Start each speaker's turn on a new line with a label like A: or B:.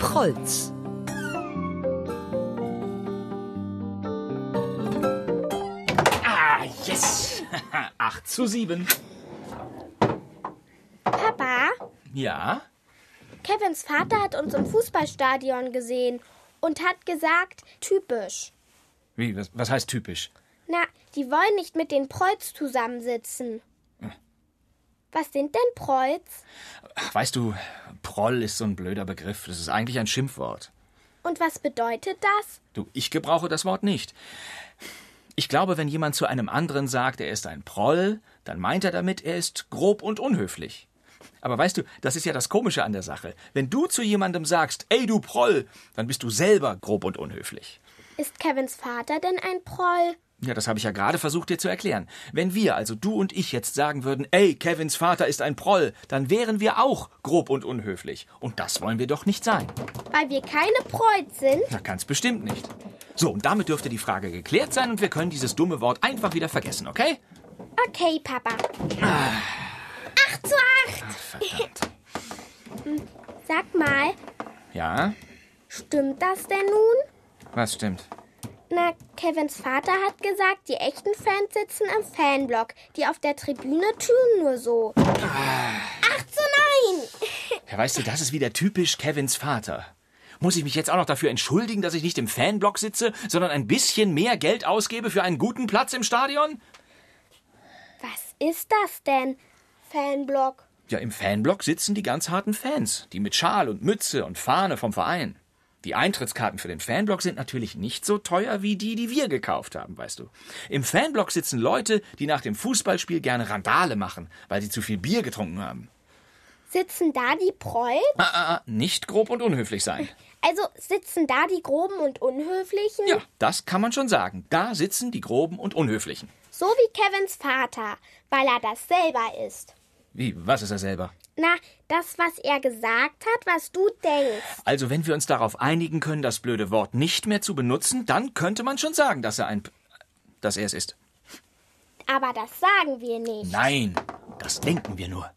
A: Holz.
B: Ah, yes! 8 zu 7.
C: Papa,
B: Ja?
C: Kevins Vater hat uns im Fußballstadion gesehen und hat gesagt, typisch.
B: Wie, was, was heißt typisch?
C: Na, die wollen nicht mit den Preuß zusammensitzen. Was sind denn Preuß?
B: Ach, Weißt du, Proll ist so ein blöder Begriff. Das ist eigentlich ein Schimpfwort.
C: Und was bedeutet das?
B: Du, ich gebrauche das Wort nicht. Ich glaube, wenn jemand zu einem anderen sagt, er ist ein Proll, dann meint er damit, er ist grob und unhöflich. Aber weißt du, das ist ja das Komische an der Sache. Wenn du zu jemandem sagst, ey du Proll, dann bist du selber grob und unhöflich.
C: Ist Kevins Vater denn ein Proll?
B: Ja, das habe ich ja gerade versucht dir zu erklären. Wenn wir, also du und ich, jetzt sagen würden, ey, Kevins Vater ist ein Proll, dann wären wir auch grob und unhöflich. Und das wollen wir doch nicht sein.
C: Weil wir keine Preuß sind?
B: Na, ganz bestimmt nicht. So, und damit dürfte die Frage geklärt sein und wir können dieses dumme Wort einfach wieder vergessen, okay?
C: Okay, Papa. Ach zu acht!
B: Verdammt.
C: Sag mal,
B: Ja?
C: stimmt das denn nun?
B: Was stimmt?
C: Na, Kevins Vater hat gesagt, die echten Fans sitzen im Fanblock. Die auf der Tribüne tun nur so. Ach zu nein!
B: Ja, weißt du, das ist wieder typisch Kevins Vater. Muss ich mich jetzt auch noch dafür entschuldigen, dass ich nicht im Fanblock sitze, sondern ein bisschen mehr Geld ausgebe für einen guten Platz im Stadion?
C: Was ist das denn? Fanblock.
B: Ja, im Fanblock sitzen die ganz harten Fans, die mit Schal und Mütze und Fahne vom Verein. Die Eintrittskarten für den Fanblock sind natürlich nicht so teuer wie die, die wir gekauft haben, weißt du. Im Fanblock sitzen Leute, die nach dem Fußballspiel gerne Randale machen, weil sie zu viel Bier getrunken haben.
C: Sitzen da die Preuß?
B: Ah, ah, ah, nicht grob und unhöflich sein.
C: Also sitzen da die Groben und Unhöflichen?
B: Ja, das kann man schon sagen. Da sitzen die Groben und Unhöflichen.
C: So wie Kevins Vater, weil er das selber ist.
B: Wie, was ist er selber?
C: Na, das, was er gesagt hat, was du denkst.
B: Also, wenn wir uns darauf einigen können, das blöde Wort nicht mehr zu benutzen, dann könnte man schon sagen, dass er ein. dass er es ist.
C: Aber das sagen wir nicht.
B: Nein, das denken wir nur.